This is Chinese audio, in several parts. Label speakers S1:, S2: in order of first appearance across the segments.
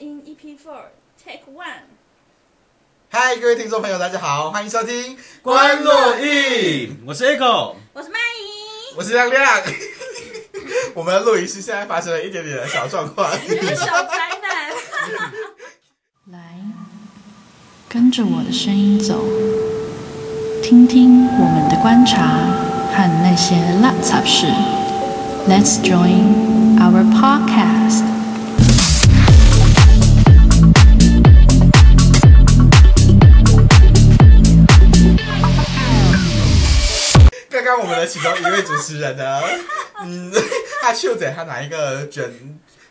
S1: in EP Four Take One。
S2: 嗨，各位听众朋友，大家好，欢迎收听《
S3: 关洛，毅，我是 Echo，
S1: 我是麦姨，
S2: 我是亮亮。 我们的录音室现在发生了一点点的小状况，
S1: 你是小宅男。
S4: 来，跟着我的声音走，听听我们的观察和那些垃圾事。Let's join our podcast.
S2: 刚刚我们的其中一位主持人呢，嗯，他秀姐他拿一个卷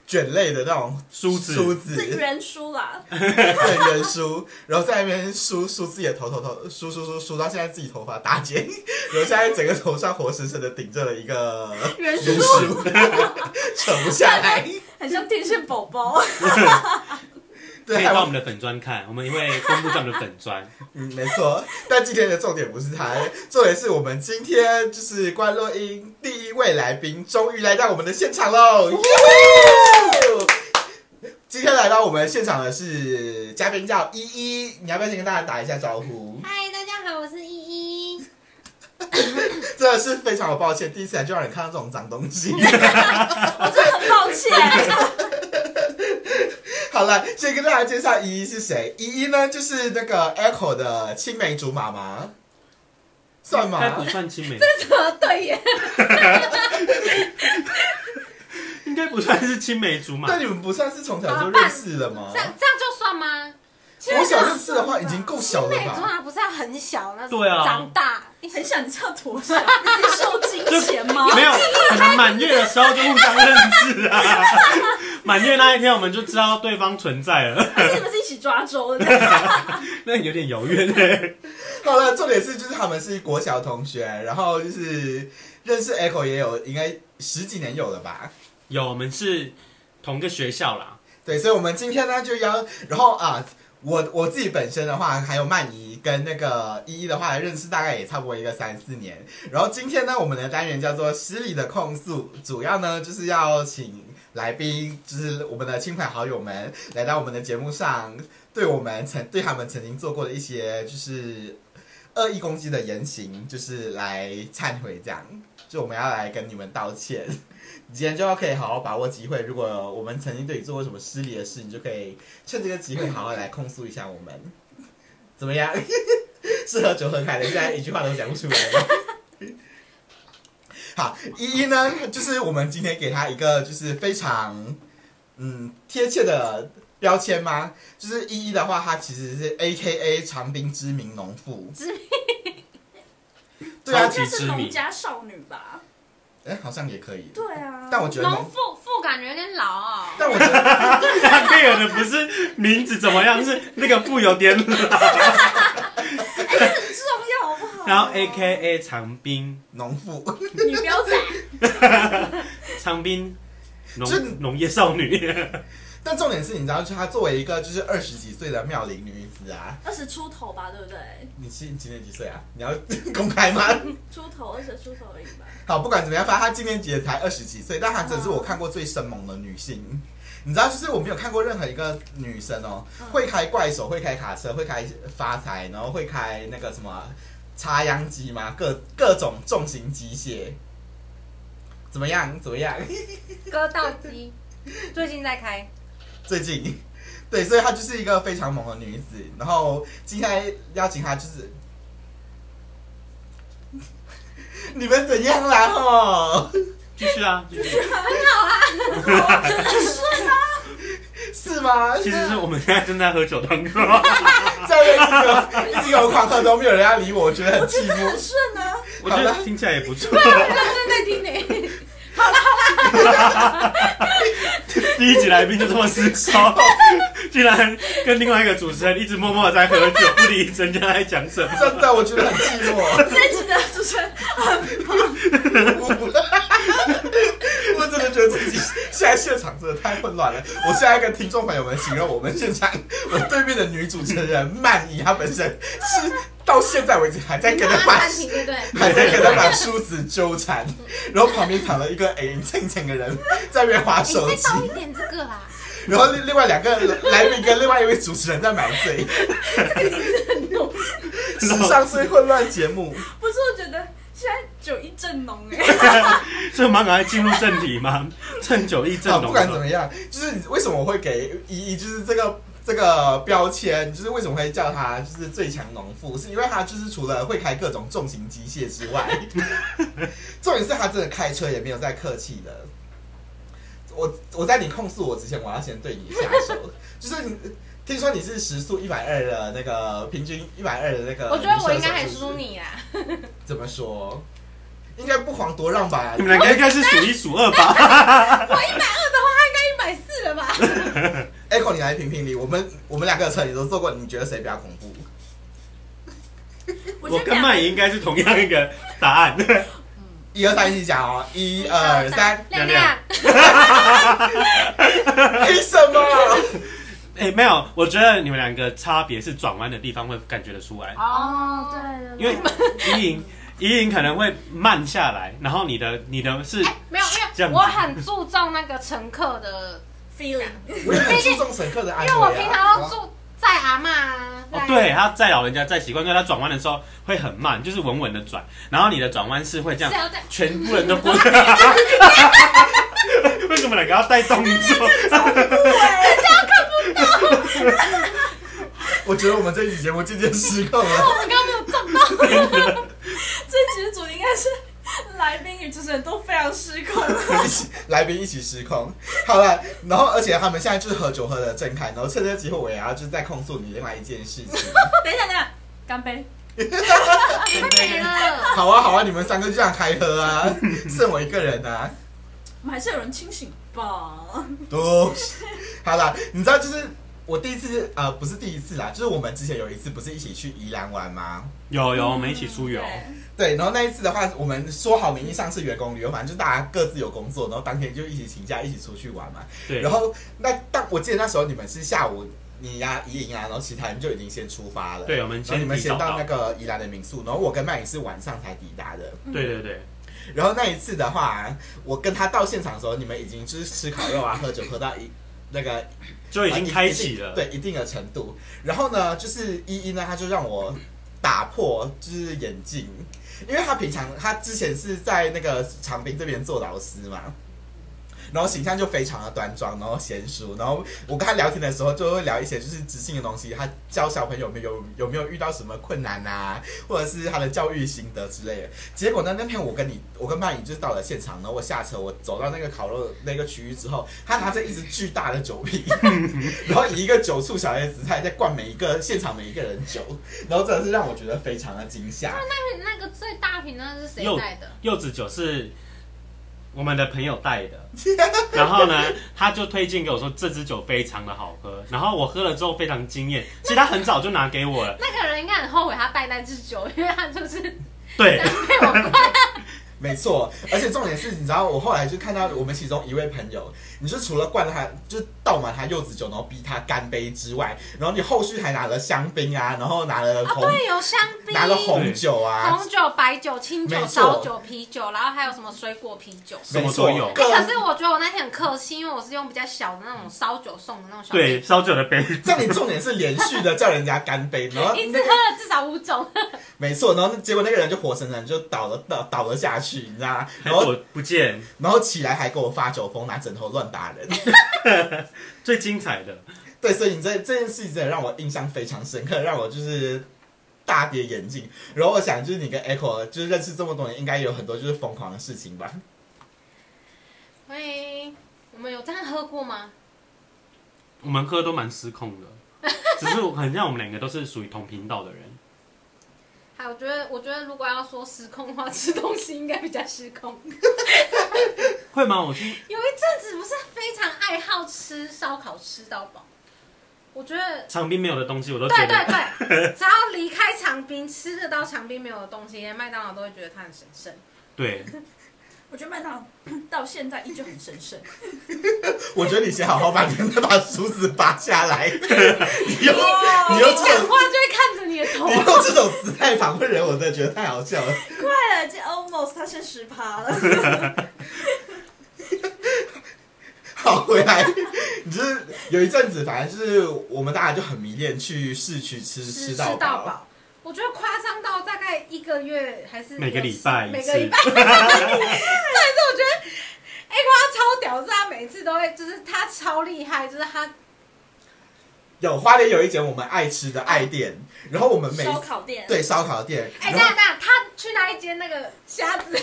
S2: 卷类的那种
S3: 梳子
S2: 梳 子，
S1: 是原书啦，
S2: 对圆梳，然后在那边梳梳自己的头头头，梳梳梳梳到现在自己头发打结，然后现在整个头上活生生的顶着了一个
S1: 原
S2: 圆
S1: 书
S2: 梳， 扯不下来。
S1: 很像天线宝宝。
S3: 可
S2: 对，
S3: 以
S2: 还有
S3: 到我们的粉砖看，我们也会公布在我们的粉 砖。
S2: 嗯，没错。 但今天的重点不是他，重点是我们今天就是关洛英第一位来宾终于来到我们的现场喽！哟今天来到我们现场的是嘉宾叫依依，你要不要先跟大家打一下招呼？
S5: 嗨，大家好，我是依依。
S2: 真的是非常有抱歉，第一次来就让人看到这种脏东西。
S1: 我真的很抱 歉，
S2: 好了，先跟大家介绍依依是谁。依依呢，就是那个 Echo 的青梅竹马吗？算吗？
S3: 该不算青梅，
S1: 对耶，
S3: 应该不算是青梅竹马啊
S2: 那。你们不算是从小就认识了吗
S5: 这？样这样就算吗？
S2: 我小认识的话已经够小了
S5: 美中
S2: 吧？
S5: 啊，不是要很小那种，
S3: 对啊
S5: 长大一
S1: 很想知道多少，受金钱吗？
S3: 没有，可能满月的时候就互相认识啊。 满月那一天我们就知道对方存在了，
S1: 还是你们是一起抓周的？
S3: 那有点遥远嘞。
S2: 好了，重点是就是他们是国小同学，然后就是认识 Echo 也有应该十几年有了吧？
S3: 有，我们是同个学校啦，
S2: 对，所以我们今天呢就邀，然后啊，我我自己本身的话，还有曼怡跟那个依依的话，认识大概也差不多一个三四年。然后今天呢，我们的单元叫做失礼的控诉，主要呢就是要请来宾，就是我们的亲朋好友们来到我们的节目上，对我们曾对他们曾经做过的一些就是恶意攻击的言行，就是来忏悔这样。就我们要来跟你们道歉。 你今天就要可以好好把握机会。如果我们曾经对你做过什么失礼的事，你就可以趁这个机会好好来控诉一下我们， 怎么样？ 是喝酒喝开了，现在一句话都讲不出来了。 好，依依呢，就是我们今天给她一个就是非常嗯贴切的标签吗？就是依依的话，她其实是 A K A 长滨知名 农妇，知名。对
S3: 超
S2: 啊
S1: 应，该
S3: 级
S1: 是
S3: 知
S1: 农
S3: 名，
S1: 家少女吧？
S2: 哎、好像也可以。
S1: 对啊，
S2: 但我觉得
S5: 农
S2: 农，
S5: 妇妇感觉有点老哦。
S2: 但我觉得。
S3: 他 care 的不是名字怎么样，是那个富有 点老。
S1: 很重要好不好？
S3: 然后 A K A 长滨，
S2: 农妇，
S1: 女标仔，
S3: 长滨
S2: 这
S3: 农农业少女。
S2: 但重点是，你知道，就是她作为一个就是二十几岁的妙龄女子啊，
S1: 二十出头吧，对不对？
S2: 你是你今年几岁啊？你要 公开吗？
S1: 出头二十出头而已 吧。
S2: 好，不管怎么样，反正她今年也才二十几岁，但她真是我看过最生猛的女性。你知道，就是我没有看过任何一个女生哦，会开怪手，会开卡车，会开发财，然后会开那个什么插秧机嘛，各各种重型机械。怎么样？怎么样？
S5: 割稻机 最近在开，
S2: 最近， 对，所以她就是一个非常萌的女子。然后今天邀请她，就是 你们怎样啦？吼，
S3: 继续啊，继续。
S2: 是吗？
S3: 其实是我们现在正在喝酒当 中，我
S2: 在那个一直有 狂喝都没有人要理我，我觉得很气
S1: 很
S2: 愤。
S1: 顺啊，
S3: 觉
S2: 好
S3: 得
S2: 了
S3: 听起来也不错。
S1: 正在听你。
S3: 第一集来宾就这么 失手，居然跟另外一个主持人一直默默地在喝酒，不理人家在讲什 么。
S2: 真的，我觉得很寂寞。
S1: 这一集的主持人
S2: 我真的觉得自己现在现场真的太混乱了。我现在跟听众朋友们形容我们现场，我对面的女主持人曼怡，她本身是到现在为止还在跟她把
S5: 暂停对不对？
S2: 还在给他把梳子纠缠，然后旁边躺了一个哎、欸、蹭蹭的人在那边划手
S5: 你
S2: 机
S5: 再，倒一点这个啦，啊
S2: 然后另另外两个来宾跟另外一位主持人在买醉，
S1: 很浓。
S2: 史上最混乱节目。
S1: 不是，我觉得现在酒一阵浓哎、
S3: 所以我们要赶快进入正题嘛，正九一正
S2: 好，
S3: 浓。
S2: 啊不管怎么样，就是为什么我会给依依就是这个这个标签，就是为什么会叫她就是最强农妇，是因为她就是除了会开各种重型机械之外， 重点是她真的开车也没有再客气的。我我在你控诉我之前，我要先对你下手，就是你。听说你是时速一百二的那个平均一百二的那个，
S5: 我觉得我应该还输。你啊啦。
S2: 怎么说？应该不遑多让吧？
S3: 你们两个应该是数一数
S2: 哎
S3: 二吧？
S5: 我一百二的话，他应该一百四 了吧？
S2: Echo，你来评评理。我们我们两个的车你都坐过，你觉得谁比较恐怖？
S1: 觉
S3: 我
S1: 得
S3: 跟
S1: 两个
S3: 曼怡应该是同样一个答案。
S2: 一二三，一起讲哦！一二三，
S5: 亮亮，
S2: 为什么？
S3: 哎、没有，我觉得你们两个差别是转弯的地方会感觉得出来，
S1: 哦，对对对，
S3: 因为怡莹怡莹可能会慢下来，然后你的你的是
S5: 哎没有，
S3: 这样
S5: 因
S3: 子
S5: 为我很注重那个乘客的，
S1: feeling
S2: 我也很注重乘客的安
S5: 因
S2: 危、啊。
S5: 为我平常都住在阿嬷啊。
S3: 哦
S5: 在，
S3: 对，他载老人家载习惯，所以他转弯的时候会很慢，就是稳稳的转，然后你的转弯是会这样
S5: 是要带，
S3: 全部人都过。 为什么两个要带动 作？
S2: 我觉得我们这期节目渐渐失控了。
S5: 我刚刚没有撞到。
S1: 这几组应该是来宾与主持人都非常失 控。
S2: 一起来宾一起失控。好了，然后而且他们现在就是喝酒喝的正开，然后趁这个机会我也要就是再控诉你另外一件事情。
S1: 等一下，等一下，干杯！
S5: 快点了，
S2: 好啊好啊，你们三个就这样开喝啊， 剩我一个人啊。
S1: 我们还是有人清醒吧？
S2: 都是好啦，你知道就是我第一次呃不是第一次啦，就是我们之前有一次不是一起去宜兰玩吗？
S3: 有有，我们一起出游，
S5: 嗯
S1: 对
S2: 对，然后那一次的话，我们说好名义上是员工旅游，反正就大家各自有工作，然后当天就一起请假，一起出去玩嘛。
S3: 对，
S2: 然后那但我记得那时候你们是下午你呀、怡莹啊，然后其他人就已经先出发了。
S3: 对我们
S2: 然
S3: 先
S2: 后你们
S3: 提
S2: 先
S3: 早
S2: 到
S3: 到
S2: 那个宜兰的民宿，然后我跟曼颖是晚上才抵达的。
S3: 对对对，
S2: 然后那一次的话，我跟他到现场的时候，你们已经就是吃烤肉啊、喝酒喝到一那个
S3: 就已经开启了。
S2: 对一定的程度。然后呢，就是依依呢，她就让我打破就是眼镜，因为她平常她之前是在那个长滨这边做老师嘛。然后形象就非常的端庄，然后娴熟，然后我跟她聊天的时候就会聊一些就是知性的东西，她教小朋友没有有没有遇到什么困难啊，或者是她的教育心得之类的。结果呢，那天我跟你，我跟曼颖就是到了现场，然后我下车，我走到那个烤肉那个区域之后，她拿着一只巨大的酒瓶，然后以一个酒醋小叶子菜在灌每一个现场每一个人酒，然后真的是让我觉得非常的惊吓。
S5: 那个最大瓶那是谁
S3: 柚
S5: 带的？
S3: 柚子酒是我们的朋友带的，然后呢，他就推荐给我说这支酒非常的好喝，然后我喝了之后非常惊艳。其实他很早就拿给我了，
S5: 那个人应该很后悔他带那支酒，因为他就是
S3: 对，
S5: 被我灌。
S2: 没错，而且重点是，你知道我后来就看到我们其中一位朋友，你就除了灌他，就倒满他柚子酒，然后逼他干杯之外，然后你后续还拿了香槟啊，然后拿了红、
S5: 哦对，有香槟，
S2: 拿了红酒啊，
S5: 红酒、白酒、清
S2: 没
S5: 酒、
S2: 错
S5: 烧酒、啤酒，然后还有什么水果啤酒。
S3: 什么都有
S2: 没错
S5: 欸
S2: 各
S5: 可是我觉得我那天很客气，因为我是用比较小的那种烧酒送的那种小
S3: 对，
S5: 杯，
S3: 烧酒的杯，
S2: 但你重点是连续的叫人家干杯，然 后
S5: 一次
S2: 那
S5: 喝了至少五种。
S2: 没错，然后结果那个人就活生生就倒了倒倒了下去，你知道吗？
S3: 还
S2: 然后
S3: 我不见。
S2: 然后起来还给我发酒疯，拿枕头乱打人。
S3: 最精彩的，
S2: 对，所以你这这件事情真的让我印象非常深刻，让我就是大跌眼镜。然后我想，就是你跟 Echo 就是认识这么多年，应该有很多就是疯狂的事情吧？
S5: 喂，我们有这样喝过吗？
S3: 我们喝都蛮失控的， 只是我很像我们两个都是属于同频道的人。
S5: 还有，我觉得，我觉得如果要说失控的话，吃东西应该比较失控。
S3: 会吗？我听
S5: 有一阵子不是非常爱好吃烧烤，吃到饱。我觉得
S3: 长滨没有的东西，我都觉
S5: 对对
S3: 得
S5: 对，只要离开长滨，吃得到长滨没有的东西，连麦当劳都会觉得它很神圣。
S3: 对
S1: 我觉得麦当劳 到现在依旧很神 圣。
S2: 我觉得你先好好把你那把梳子拔下来， 你用
S1: 哦
S2: 你用
S5: 你
S2: 这
S5: 讲
S2: 种
S5: 话就会看着你的头
S2: 你，用这种姿态访问人，我真的觉得太好笑了。
S1: 快了，这 almost 他剩 十趴了。
S2: 好，回来你就是有一阵子，反正就是我们大家就很迷恋去市区吃
S5: 吃
S2: 吃
S5: 到
S2: 到饱。
S5: 饱。我觉得夸张到大概一个月还是
S3: 每个礼拜一次
S5: 每个礼拜。但是我觉得，哎、瓜超屌，是他每次都会，就是他超厉害，就是他
S2: 有花莲有一间我们爱吃的爱店，然后我们每
S1: 烧烤店，
S2: 对烧烤店，然
S5: 哎，等一下
S2: 后
S5: 等一下，他去那一间那个虾子，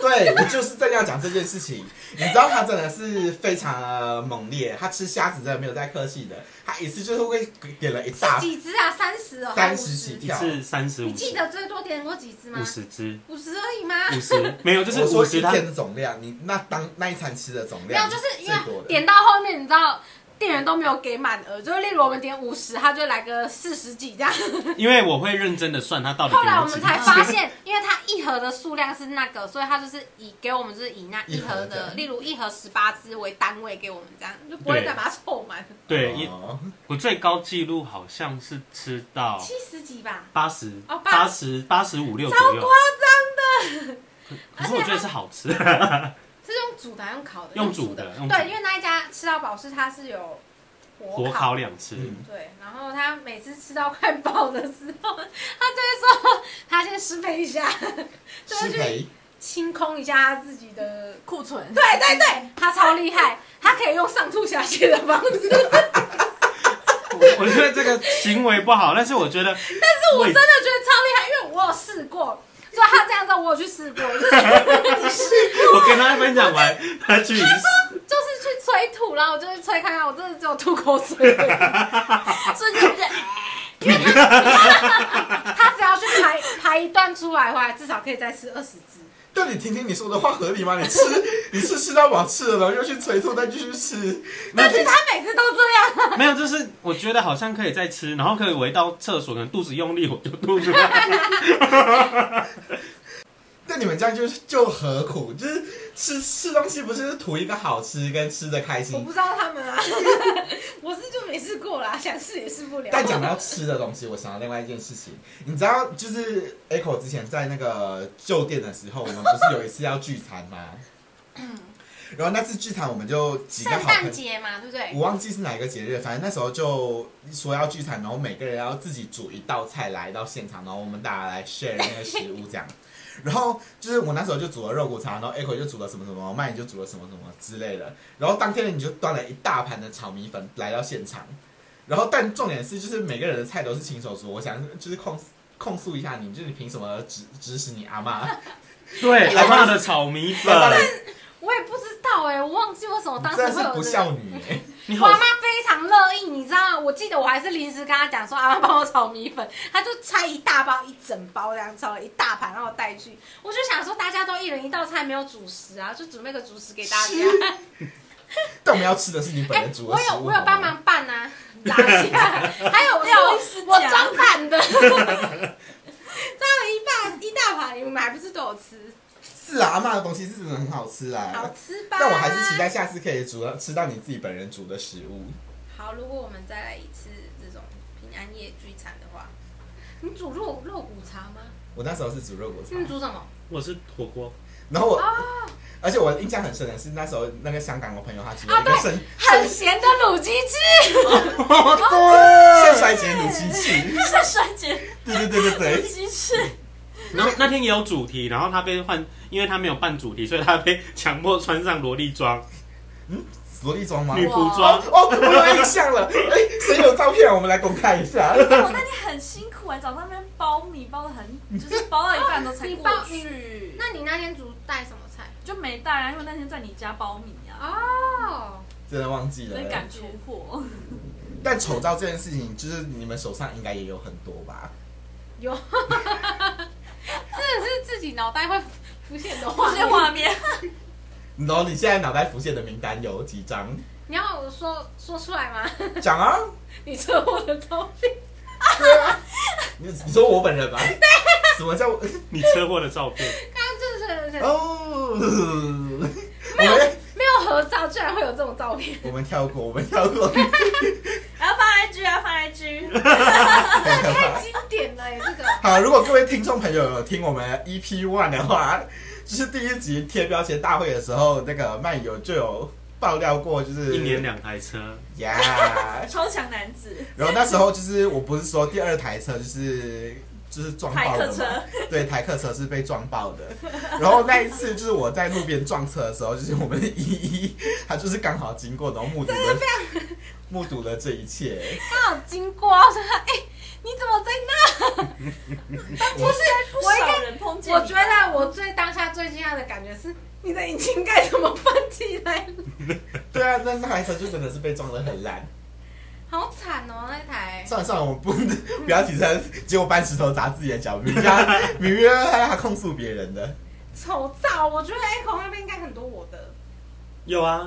S2: 对我就是正要讲这件事情，你知道他真的是非常的猛烈，他吃虾子真的没有在客气的，他一次就是会点了一大
S5: 几只啊？三十哦，
S2: 三十几
S3: 一
S2: 条，
S3: 次三十
S5: 你
S3: 五
S5: 记
S3: 十，
S5: 得最多点过几只吗
S3: 五？十只，
S5: 五十而已吗？
S3: 五十没有，就是
S2: 我
S3: 五
S2: 说
S3: 十
S2: 一
S3: 它
S2: 天的总量，你那当那一餐吃的总
S5: 没有，
S2: 量，
S5: 就是因
S2: 最多
S5: 为
S2: 的。
S5: 点到后面，你知道店员都没有给满额，就是例如我们点五十，他就来个四十几这样。
S3: 因为我会认真的算它到底
S5: 后
S3: 给
S5: 来我
S3: 我
S5: 们
S3: 几
S5: 才
S3: 只。
S5: 发现，因为它一盒的数量是那个，所以它就是以给我们就是以那
S2: 一
S5: 一盒
S2: 盒的
S5: 的，例如一盒十八支为单位给我们这样，就不会
S3: 对
S5: 再把它凑满，
S3: 对，一
S2: 哦
S3: 我最高纪录好像是吃到
S5: 七十几吧，
S3: 八十
S5: 哦、八
S3: 八十、八十五六
S5: 超
S3: 左
S5: 夸
S3: 右。
S5: 张的。
S3: 可是我觉得是好吃，
S5: 是用煮的还是用烤的？
S3: 用煮的用煮的
S5: 对，因为那一家吃到饱是它是有
S3: 火
S5: 火
S3: 烤两次。
S2: 嗯
S5: 对，然后他每次吃到快饱的时候，他 就会说他先失陪一下，就
S2: 失
S5: 会去
S2: 陪，
S5: 清空一下他自己的。
S1: 库存。
S5: 对对对，他超厉害，他可以用上吐下泻的方式。
S3: 我我觉得这个行为不好，但是我觉得，但是
S5: 我真的觉得超厉害，因为我有试过，所以他这样子我有去试过，就是
S3: 我跟他分享完，他去
S5: 就是去催吐，然后我就去催看看，我真的只有吐口水而已，
S1: 所以就是
S5: 他只要去排排一段出来，回来至少可以再吃二十只。
S2: 对你听听你说的话合理吗？你吃 你吃吃到饱吃了，然后又去催吐，再继续吃，
S5: 但是他每次都这 样，
S3: 没有，就是我觉得好像可以再吃，然后可以我一到厕所，可能肚子用力我就吐出来。
S2: 那你们这样就是就何苦？就是吃吃东西不是图一个好吃跟吃的开
S5: 我
S2: 心
S5: 不？知道他们啊， 我是就没试过啦，想试也试不了。
S2: 但讲到吃的东西，我想到另外一件事情，你知道就是 Echo 之前在那个旧店的时候，我们不是有一次要聚餐吗？然后那次聚餐，我们就几个
S5: 嗯圣
S2: 好朋友
S5: 诞，节嘛，对不对？
S2: 我忘记是哪一个节日，反正那时候就说要聚餐，然后每个人要自己煮一道菜来到现场，然后我们大家来 share 那个食物这样。 然后就是我那时候就煮了肉骨茶，然后 Echo 就煮了什么什么，麦你就煮了什么什么之类的。然后当天你就端了一大盘的炒米粉来到现场，然后但重点是就是每个人的菜都是亲手煮，我想就是控控诉一下你，就是你凭什么指指使你阿妈？
S3: 对，阿妈的炒米粉，
S5: 我也不知道哎、我忘记为什么 当时
S2: 真的
S5: 会
S2: 是
S5: 有
S2: 不
S5: 这个。
S2: 孝女、欸。
S3: 你
S5: 我
S3: 好
S5: 妈，非常乐意，你知道，我记得我还是临时跟她讲说，阿妈帮我炒米粉，她就拆一大包一整包这样炒了一大盘让我带去。我就想说，大家都一人一道菜，没有主食啊，就准备个主食给大家。
S2: 但我们要吃的是你本
S5: 哎、
S2: 人煮的
S5: 我
S2: 食物、
S5: 有我有帮
S2: 好吗
S5: 忙拌啊， 炸一下，还 有还有我装 饭的， 这样一大一大盘，你们还不是都有吃？
S2: 是啊，阿妈的东西是真的很好吃啊。
S5: 好吃吧？
S2: 但我还是期待下次可以煮到吃到你自己本人煮的食物。
S5: 好，如果我们再来一次这种平安夜聚餐的话，你煮肉肉骨茶吗？
S2: 我那时候是煮肉骨茶，
S5: 你煮什么？
S3: 我是火锅，
S2: 然后我，而且我印象很深的是那时候那个香港我朋友他煮了一个
S5: 啊对
S2: 圣
S5: 很咸的卤鸡 翅，
S2: 对肾衰竭卤鸡翅，
S1: 是衰竭
S2: 对对对对对，
S1: 鸡翅，
S3: 然 后那天也有主题，然后他被换，因为他没有办主题，所以他被强迫穿上萝莉装、
S2: 萝莉装吗？
S3: 女仆
S2: 哦
S3: 装。
S2: 哦，我有印象了，哎，谁有照片啊？我们来公开一下。
S1: 我哦那天很辛苦哎，早上那边包米包的很，就是包到一半都才
S5: 你
S1: 过
S5: 包
S1: 去，
S5: 那你那天煮带什么菜？
S1: 就没带啊，因为那天在你家包米啊，
S5: 哦，
S2: 真的忘记了
S1: 所，以赶出 货。
S2: 但丑照这件事情，就是你们手上应该也有很多吧？
S5: 有，真的是自己脑袋会浮现的
S1: 这
S5: 画
S1: 些
S5: 面。
S1: 画面，
S2: 然后你现在脑袋浮现的名单有几张？
S5: 你要我说说出来吗？
S2: 讲啊，
S5: 你扯我的照片，
S2: 你你说我本人吧？什么叫？
S3: 你车祸的照片，
S5: 刚刚就是
S2: 哦， 我们
S5: 没有合照，居然会有这种照片。
S2: 我们跳过，我们跳过，
S1: 然后放 IG 啊，放 IG，
S5: 太经典了耶，这个
S2: 好，如果各位听众朋友有听我们 E EP One 的话，就是第一集贴标签大会的时候，那个漫友就有爆料过，就是
S3: 一 年两台车，
S2: 呀。
S1: 超强男子，
S2: 然后那时候就是我不是说第二台车就是就是撞爆
S1: 台
S2: 了
S1: 客
S2: 嘛
S1: 车，
S2: 对，台客车是被撞爆的。然后那一次就是我在路边撞车的时候，就是我们的依依，她就是刚好经过，然后目睹了目睹了这一切。
S5: 刚好经过，我说哎、你怎么在那？
S1: 不是不
S5: 我应
S1: 少人碰见你
S5: 我
S1: 吧。
S5: 觉得我最当下最惊讶的感觉是，你的引擎盖怎么翻起来了？
S2: 对啊，那那台车就真的是被撞得很烂。
S5: 好惨哦，那台。
S2: 算了算了，我不 不要提车，结果搬石头砸自己的脚，明明他明明他他控诉别人的。
S5: 丑照，我觉得 Echo 那边应该很多我的。
S3: 有啊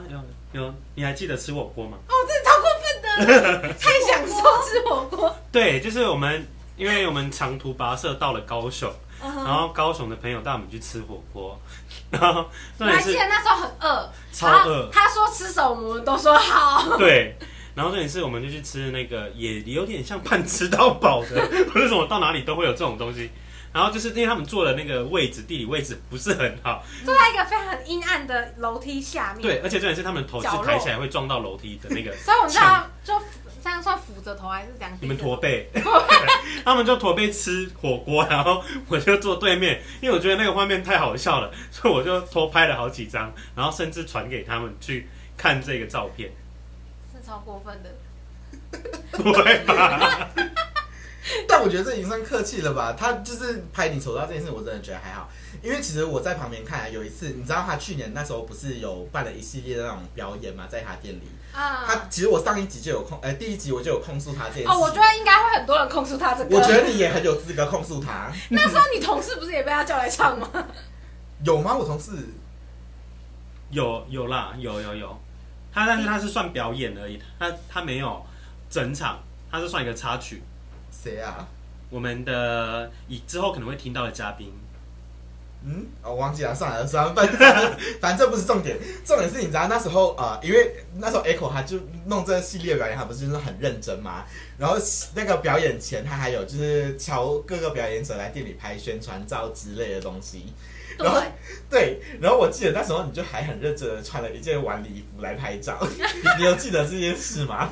S3: 有有，你还记得吃火锅吗？
S5: 哦，真的超过分的 了，太享受吃火锅。
S3: 对，就是我们，因为我们长途跋涉到了高雄，然后高雄的朋友带我们去吃火锅，然后
S5: 我
S3: 重点
S5: 还记
S3: 是
S5: 得那时候很饿，
S3: 超
S5: 然后
S3: 饿
S5: 他说吃什么，我们都说好。
S3: 对，然后重点是我们就去吃那个也有点像半吃到饱的， 为什么到哪里都会有这种东西？然后就是因为他们坐的那个位置，地理位置不是很好，
S5: 坐在一个非常阴暗的楼梯下面，
S3: 对，，而且重点是他们头是抬起来会撞到楼梯的那个
S5: 所以我们就
S3: 墙，
S5: 要就这样算扶着头还是这样？
S3: 你们驼背，他们就驼背吃火锅，然后我就坐对面，因为我觉得那个画面太好笑了，所以我就偷拍了好几张，然后甚至传给他们去看这个照片，
S5: 是超过分的。
S3: 不会吧？
S2: 但我觉得这已经算客气了吧？他就是拍你丑照这件事，我真的觉得还好，因为其实我在旁边看、啊，有一次你知道他去年那时候不是有办了一系列的那种表演嘛，在他店里。
S5: 啊、
S2: 他其实我上一集就有控，呃，第一集我就有控诉他这件事。
S5: 哦，我觉得应该会很多人控诉他这个。
S2: 我觉得你也很有资格控诉他，
S5: 那时候你同事不是也被他叫来唱吗？
S2: 有吗？我同事
S3: 有有啦，有有有，他但是他是算表演而已，他他没有整场，他是算一个插曲。
S2: 谁啊？
S3: 我们的以之后可能会听到的嘉宾，
S2: 嗯，我、忘记了，算了算了，反正反正不是重点， 重点是你知道那时候呃，因为那时候 Echo 他就弄这个系列表演，他不是就是很认真嘛，然后那个表演前他还有就是瞧各个表演者来店里拍宣传照之类的东西，
S5: 对
S2: 然，后对，然后我记得那时候你就还很认真的穿了一件晚礼衣服来拍 照，你有记得这件事吗？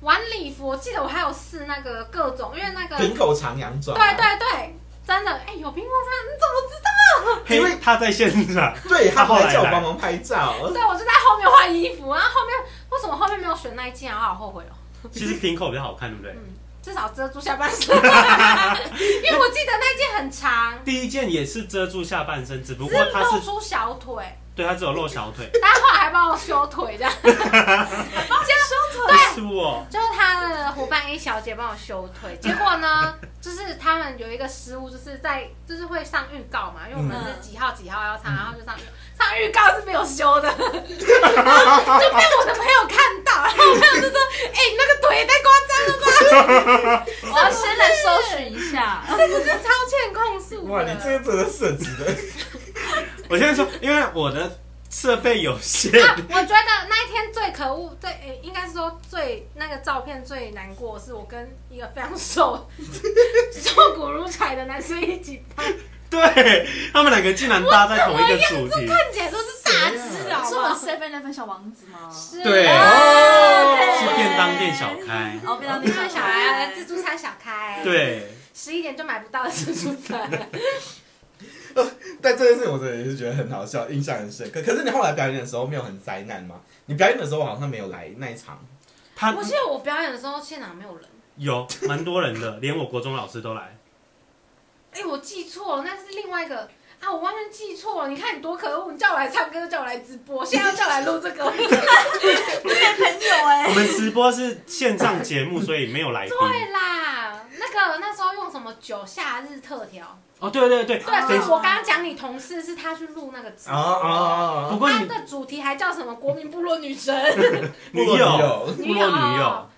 S5: 晚礼服，我记得我还有试那个各种，因为那个
S2: 平口长洋装，
S5: 对对对，真的，哎、有苹果他，你怎么知道？
S3: 嘿，他在现场，
S2: 对，他
S3: 他后
S2: 后
S3: 来
S2: 来叫我
S3: 来
S2: 帮忙拍照，
S5: 对，我就在后面换衣服，然后后面为什么后面没有选那一件啊？我好后悔哦，
S3: 其实平口比较好看，对不对？
S5: 至少遮住下半身，因为我记得那件很长，
S3: 第一件也是遮住下半身，只不
S5: 只
S3: 过
S5: 是
S3: 他
S5: 露
S3: 是
S5: 出小腿，
S3: 对他只有露小腿，
S5: 但后来还帮我修腿这样，
S1: 收
S5: 对
S1: 腿，
S3: 是我
S5: 就是他的伙伴 A 小姐帮我修 腿，结果呢，就是他们有一个失误，就是在就是会上预告嘛，因为我们是几号几号要唱，
S2: 嗯
S5: 然后就上预上预告是没有 修的，然后就被我的朋友看到，然后我朋友就说：“哎、你那个腿也太夸张了吧
S1: 我要先来搜寻一下。！”
S5: 这个是超欠控诉的。
S2: 哇，你这个真的设计的。
S3: 我现在说，因为我的设备有限，
S5: 啊我觉得那一天最可恶，最、诶应该是说最那个照片最难过，是我跟一个非常瘦、瘦骨如柴的男生一起拍，
S3: 对他们两个竟然搭在同一个主题，
S5: 看起来都是大只啊，好
S1: 是
S5: 不
S1: 我们
S5: 好？
S1: Seven 那份小王子吗？
S6: 哦
S5: 是
S3: 对
S5: 啊
S3: 是便当店小开，
S1: 哦，便当
S5: 对
S1: 店
S5: 便当店小
S1: 小
S5: 孩
S6: 哎
S1: 孩
S5: 自，助餐小开，，
S3: 对，
S5: 十一点就买不到的自助餐，
S2: 但这件事我真的也是觉得很好笑，印象很深刻。可是你后来表演的时候没有很灾难吗？你表演的时候我好像没有来那一场，
S3: 他
S5: 我记得我表演的时候现场没有人。
S3: 有蛮多人的， 连我国中老师都来。
S5: 哎、我记错了，那是另外一个啊，我完全记错了。你看你多可恶，你叫我来唱歌，叫我来直 播，现在要叫我来录这个，
S1: 变朋友哎
S3: 我。 们直播是线上节 目，所以没有来宾。
S5: 对啦。那个那时候用什么酒夏日特调？
S3: 哦，对对对，
S5: 对，所
S3: 等一
S5: 以
S3: 下
S5: 我刚刚讲你同事是他去录那个直播，
S2: 哦哦
S3: 不
S2: 哦
S3: 过
S5: 他
S3: 你
S5: 的主题还叫什么国民部落女神，
S3: 女
S2: 部落女
S3: 友
S2: 友，
S3: 部落女友。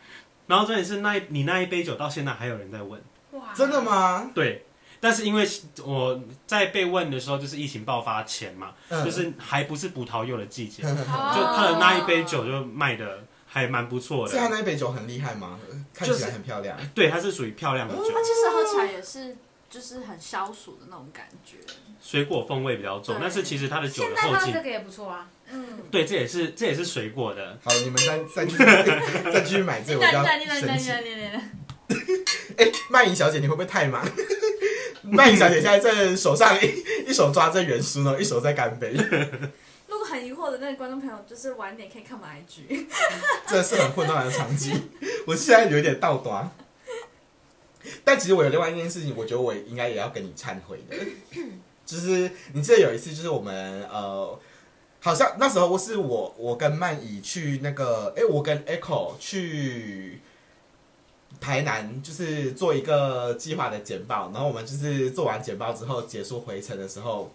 S3: 然后重点是那一你那一杯酒到现在还有人在问，
S5: 哇
S2: 真的？吗？
S3: 对。但是因为我在被问的时候，就是疫情爆发前嘛，
S2: 嗯
S3: 就是还不是葡萄柚的季节，就
S5: 哦
S3: 他的那一杯酒就卖的还蛮不错
S2: 所以他
S3: 的。
S2: 那一杯酒很厉害吗？看起来很漂亮。
S3: 嗯对，它是属于漂亮的酒，
S1: 他其实喝起来也是
S6: 就是很消暑的那种感觉。
S3: 水果风味比较重
S6: 对，
S3: 但是其实它的酒
S5: 现
S3: 的
S5: 在
S3: 后
S5: 放
S3: 劲
S5: 这，个也不错啊，
S6: 嗯，
S3: 对，这也是这也是水果的。
S2: 好，你们再再去再去买这个，我就要生气。哎，曼莹小姐，你会不会太忙？ 曼莹小姐现在在手上一一手抓着圆书呢，一手在干杯，
S1: 如果很疑惑的那个观众朋友，就是晚点可以看我们 IG。
S2: 这是很混乱的场景。 我现在有点倒端，但其实我有另外一件事情，我觉得我应该也要跟你忏悔的，就是你记得有一次，就是我们呃，好像那时候是我我跟曼怡去那个，哎、我跟 Echo 去台南，就是做一个计划的简报，然后我们就是做完简报之后结束回程的时候。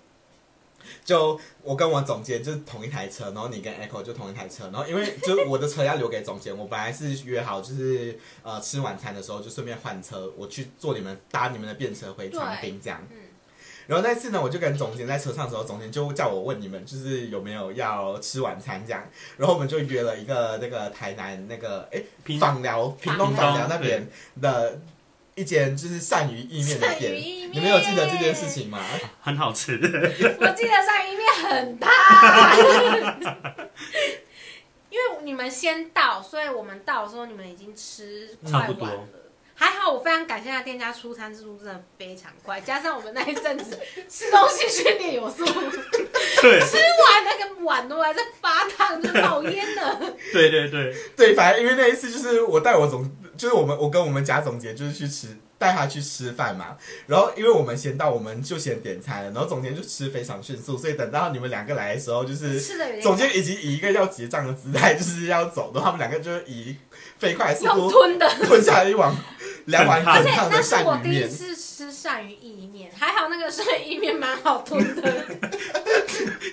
S2: 就我跟我总监就是同一台车，然后你跟 Echo 就同一台车，然后因为就是我的车要留给总监，我本来是约好就是呃吃晚餐的时候就顺便换车，我去坐你们搭你们的便车回长滨这样。
S5: 嗯，
S2: 然后那次呢，我就跟总监在车上的时候，总监就叫我问你们，就是有没有要吃晚餐这样。然后我们就约了一个那个台南那个哎
S3: 平
S2: 访寮屏东
S3: 屏东
S2: 访寮那边的一间就是鳝鱼意面的
S5: 鳝鱼
S2: 店，
S5: 意面，
S2: 你们有记得这件事？情吗？
S3: 很好吃，
S5: 我记得鳝鱼意面很烫，因为你们先到，所以我们到的时候你们已经吃
S2: 嗯
S5: 快
S3: 差不
S5: 完了
S3: 多。
S5: 还好，我非常感谢那店家出餐速度真的非常快，加上我们那一阵子吃东西训练有素，吃
S3: 对
S5: 完那个碗都还在发烫，就冒烟了。
S3: 对对对，
S2: 对，反正因为那一次就是我带我总，就是我们我跟我们家总监就是去吃，带他去吃饭嘛。然后因为我们先到，我们就先点餐了，然后总监就吃非常迅速，所以等到你们两个来的时候，就是
S5: 吃的有点
S2: 总监已经以一个要结账的姿态就是要走，然后他们两个就是以飞快的速
S5: 用
S2: 度
S5: 吞的。
S2: 吞下了一碗两碗
S3: 很
S2: 滚
S5: 对，
S2: 烫的
S5: 那是我
S2: 鳝鱼
S5: 第一
S2: 面。
S5: 次吃鳝鱼意面，还好那个鳝鱼意面蛮好吞的，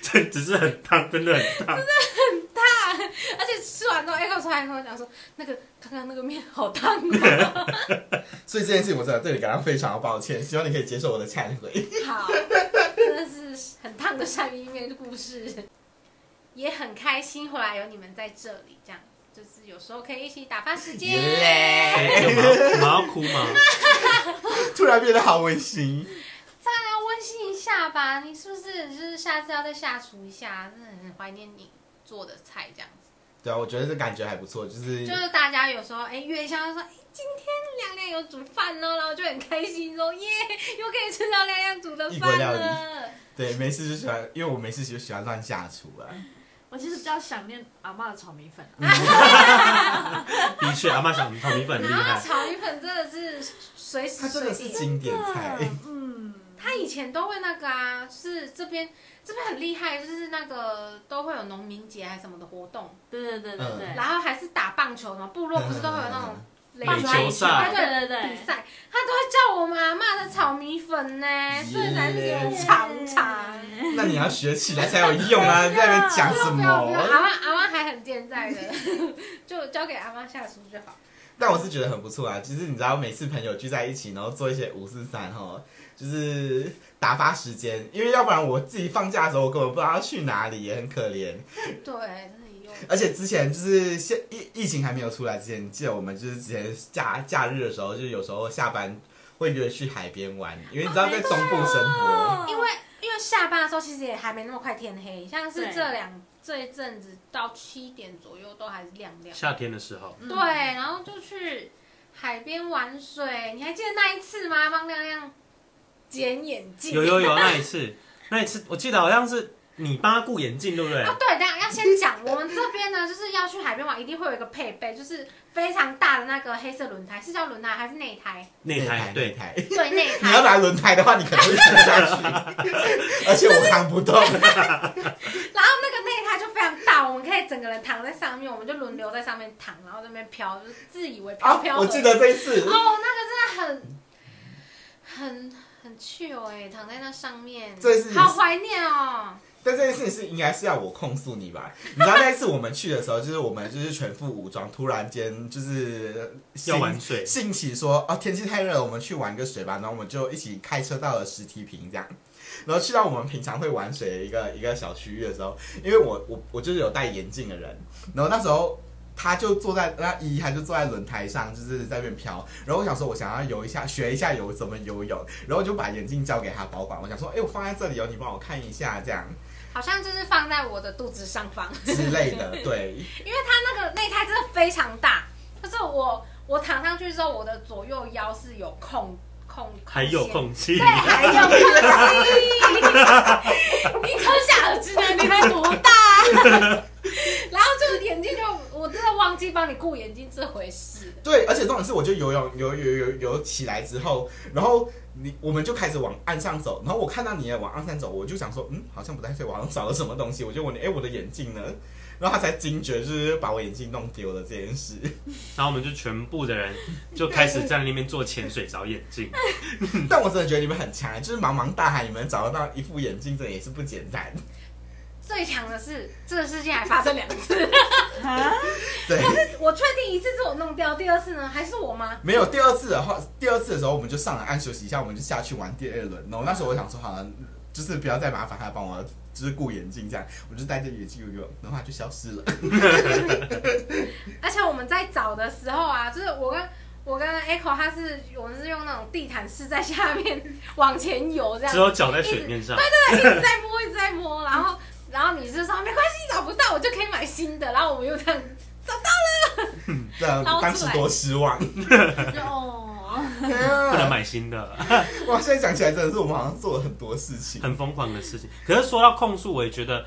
S3: 这只是很烫，真的很烫。
S5: 而且吃完之后，Echo 出来跟我讲说，那个刚刚那个面好烫哦。
S2: 所以这件事情我真的对你感到非常抱歉，希望你可以接受我的忏悔。
S5: 好，真的是很烫的鳝鱼意面故事，也很开心，回来有你们在这里，这样就是有时候可以一起打发 时间。
S3: 哎有吗？有吗？要哭吗？
S2: 突然啊变得好温馨。
S5: 当然要温馨一下吧，你是不是就是下次要再下厨一下？真的很怀念你做的菜这样子。
S2: 对啊，我觉得这感觉还不错，就是
S5: 就是大家有时候哎约一下就说，哎今天亮亮有煮饭哦，然后就很开心说耶，又可以吃到亮亮煮的
S2: 异国
S5: 饭
S2: 料理
S5: 了。
S2: 对，没事就喜欢，因为我没事就喜欢乱下厨啊。
S6: 我其实比较想念阿嬷的炒米粉、啊，
S3: 的确，阿妈想炒米粉很厉
S5: 然后
S3: 害，
S5: 炒米粉真的是随时
S2: 它真的
S5: 随
S2: 是
S5: 地
S2: 经典菜，
S6: 嗯，
S5: 他以前都会那个啊，就是这边这边很厉害，就是那个都会有农民节还是什么的活动，
S6: 对对对对
S2: 嗯
S6: 对，
S5: 然后还是打棒球嘛，部落不是都会有 那种垒
S3: 垒球
S5: 他
S3: 赛
S5: 就
S6: 对对对
S5: 比赛，他都会叫我们阿嬷的炒米粉呢，所以才是给我尝 尝。
S3: 啊
S2: 那你要学起来才有用啊！在那边讲
S5: 不
S2: 什
S5: 用不用不用，
S2: 么？
S5: 阿嬷阿嬷还很健在的， 就交给阿嬷下厨就好。
S2: 但我是觉得很不错啊。其实你知道，每次朋友聚在一起，然后做一些五四三哈，就是打发时间。因为要不然我自己放假的时候，我根本不知道要去哪里，也很可怜。
S5: 对，真的有。
S2: 而且之前就是现疫疫情还没有出来之前，你记得我们就是之前假假日的时候，就是有时候下班会约去海边玩，因为你知道在中部生
S1: 哦
S2: 活，
S5: 因为因为下班的时候其实也还没那么快天黑，像是
S6: 对
S5: 这两这一阵子到七点左右都还是亮亮。
S3: 夏天的时候，
S6: 嗯
S5: 对，然后就去海边玩水，你还记得那一次吗？帮亮亮捡眼镜。
S3: 有 有有那一次，那一次我记得好像是你帮他顾眼镜，对不对？
S5: 啊，对，等一下要先讲，我们这边呢，就是要去海边玩，一定会有一个配备，就是非常大的那个黑色轮胎，是叫轮胎还是内胎？
S3: 那台
S2: 对
S3: 对，
S2: 台。
S5: 对， 内
S2: 你要
S5: 胎。
S2: 拿轮胎的话，你可能会摔下去，而且我扛不动。
S5: 然后那个内胎就非常大，我们可以整个人躺在上面，我们就轮流在上面躺，然后在那边飘，就是自以为飘
S2: 啊
S5: 飘、，
S2: 我记得这一次，
S5: 哦，那个真的很很很 chill 哎、躺在那上面，
S2: 这是
S5: 好怀念哦。
S2: 但这件事情是应该是要我控诉你吧？你知道那一次我们去的时候，就是我们就是全副武装，突然间就是
S3: 要玩水，
S2: 兴起说哦天气太热了，我们去玩个水吧。然后我们就一起开车到了石梯坪这样。然后去到我们平常会玩水的一个一个小区域的时候，因为我我我就是有戴眼镜的人，然后那时候他就坐在那依依，他就坐在轮胎上，就是在那边飘。然后我想说，我想要游一下，学一下游怎么游泳，然后我就把眼镜交给他保管。我想说，哎、我放在这里哦，你帮我看一下这样
S5: 好像就是放在我的肚子上方，
S2: 之类的。对，
S5: 因为它那个那一胎真的非常大，就是我我躺上去之后，我的左右腰是有空空，
S3: 还有
S5: 空
S3: 空气
S5: 对，，还有空隙。你可想而知呢，啊你才多大、啊 然后就是眼睛就，我真的忘记帮你顾眼睛这回事。
S2: 对，而且重点是，我就游泳游游游游起来之后，然后你我们就开始往岸上走，然后我看到你也往岸上走，我就想说，嗯，好像不太对，我好像少了什么东西，我就问你，哎，我的眼镜呢？然后他才惊觉，就是把我眼镜弄丢了这件事。
S3: 然后我们就全部的人就开始在那边做潜水找眼镜，
S2: 但我真的觉得你们很强，就是茫茫大海，你们找得到一副眼镜，这也是不简单。
S5: 最强的是，这个事情还发生两次。
S1: 啊，
S2: 对，
S5: 我确定一次是我弄掉，第二次呢还是我妈。
S2: 没有第二次的话，第二次的时候我们就上了岸休息一下，我们就下去玩第二轮。然后那时候我想说，好了，就是不要再麻烦他帮我，就是顾眼镜这样，我就戴着眼镜游泳，然后他就消失 了。
S5: 而且我们在找的时候啊，就是我跟我跟 Echo，他是我们是用那种地毯式在下面往前游这样
S3: 只。有脚在水面上。
S5: 一直在摸，一直在摸，然后然后你就说没关系，找不到我就可以买新的，然后我们又这样找到了，
S2: 这样
S5: 捞出来
S2: 当时多失望。
S6: 就哦，
S3: 不
S2: 不
S3: 能。买新的，
S2: 哇，现在讲起来真的是我们好像做了很多事 情。
S3: 很疯狂的事情。可是说到控诉，我也觉得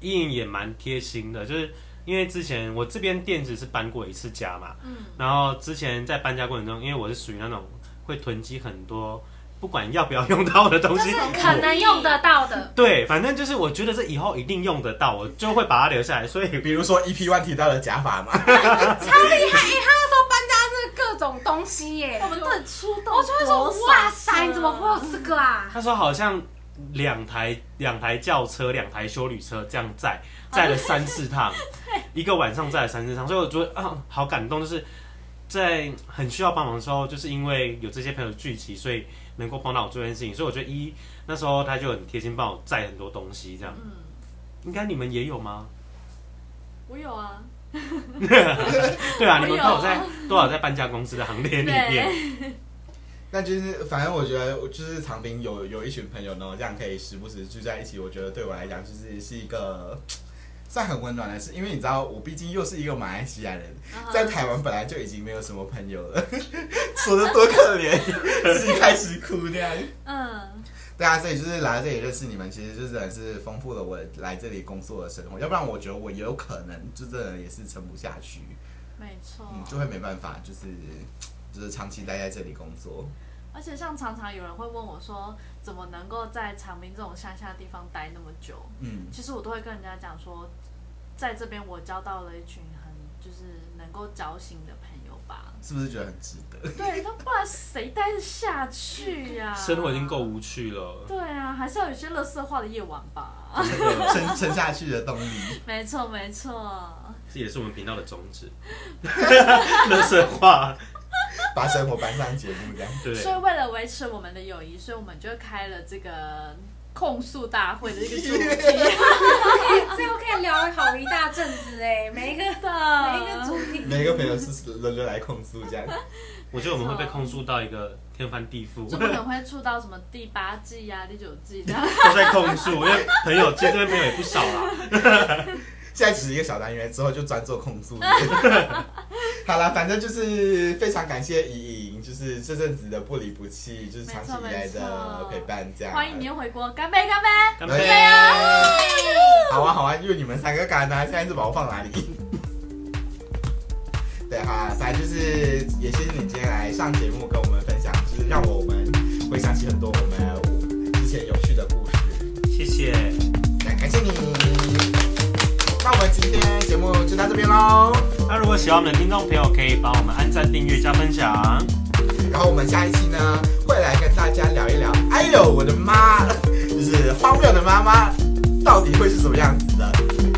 S3: 伊颖也蛮贴心的，就是因为之前我这边店只是搬过一次家嘛，嗯，然后之前在搬家过程中，因为我是属于那种会囤积很多不管要不要用到的东西，
S5: 可能用得到的。
S3: 对，反正就是我觉得这以后一定用得到，我就会把它留下来。所以
S2: 比如说 EP One 提到的假发嘛，
S5: 超厉害！哎、他那时候搬家是各种东西耶，
S6: 我们都很出动，
S5: 我就会
S6: 多啊
S5: 说哇塞，
S6: 闪
S5: 你怎么会有这 个啊？
S3: 他说好像两台两台轿车、两台修理车这样载，载
S6: 哦
S3: 了三四趟， 一个晚上载了三四趟，所以我觉得啊，好感动，就是在很需要帮忙的时候，就是因为有这些朋友聚集，所以能够帮到我做这件事情，所以我觉得一那时候他就很贴心帮我载很多东西，这样。
S6: 嗯
S3: 应该你们也有吗？
S6: 我有啊，
S3: 对啊，
S6: 我
S3: 你们都
S6: 有
S3: 有在都有在搬家公司的行列里面。
S6: 对，
S2: 那就是反正我觉得就是长滨有有一群朋友呢，然后这样可以时不时聚在一起，我觉得对我来讲就是是一个。算很温暖的事，因为你知道，我毕竟又是一个马来西亚人，在台湾本来就已经没有什么朋友了， 说的多可怜，自己开始哭那样。
S6: 嗯，
S2: 对啊，所以就是来到这里认识你们，其实就真的是丰富了我来这里工作的生活。要不然我觉得我也有可能就真的也是撑不下去，
S6: 没
S1: 哦
S6: 错。
S2: 嗯，就会没办法，就是就是长期待在这里工作。
S6: 而且像常常有人会问我说，怎么能够在长滨这种乡下地方待那么久？
S2: 嗯，
S6: 其实我都会跟人家讲说，在这边我交到了一群很就是能够交心的朋友吧。
S2: 是不是觉得很值得？
S6: 对，那不然谁待得下去啊呀、
S3: 生活已经够。无趣了，
S6: 对啊，还是要有一些乐色化的夜晚吧。
S2: 那个撑撑下去的动力。
S6: 没错，没错。
S3: 这也是我们频道的宗旨。 乐色话，
S2: 把生活搬上节目这样。
S3: 对，
S6: 所以为了维持我们的友谊，所以我们就开了这个控诉大会的这个 主题。
S5: 这又可以聊好一大阵子哎，每一个
S6: 的
S5: 每一个主题。
S2: 每个朋友是轮流来控诉这样，
S3: 我觉得我们会被控诉到一个天翻地覆，
S6: 就可能会触到什么第八季呀、第九季这啊 样。
S3: 都在控诉，因为朋友其实这边朋友也不少啦。
S2: 现在只是一个小单元，之后就专做控诉。 好啦，反正就是非常感谢怡莹，就是这阵子的不离不弃，就是长期以来的陪伴这样。
S6: 欢迎你又回国，干杯，干杯！
S3: 干
S2: 对
S3: 杯！
S1: 啊
S2: 呀！好啊好啊，因为你们三个干啊，现在是把我放哪里？ 对哈、啊，反正就是也谢谢你今天来上节目跟我们分享，就是让我们回想起很多我们之前有趣的故事，
S3: 谢谢，
S2: 感感谢你。那我们今天节目就到这边喽，
S3: 那如果喜欢我们的听众朋友，可以帮我们按赞、订阅、加分享。
S2: 然后我们下一期呢会来跟大家聊一聊， 哎呦我的妈，就是荒谬的妈妈到底会是什么样子的？
S6: 哎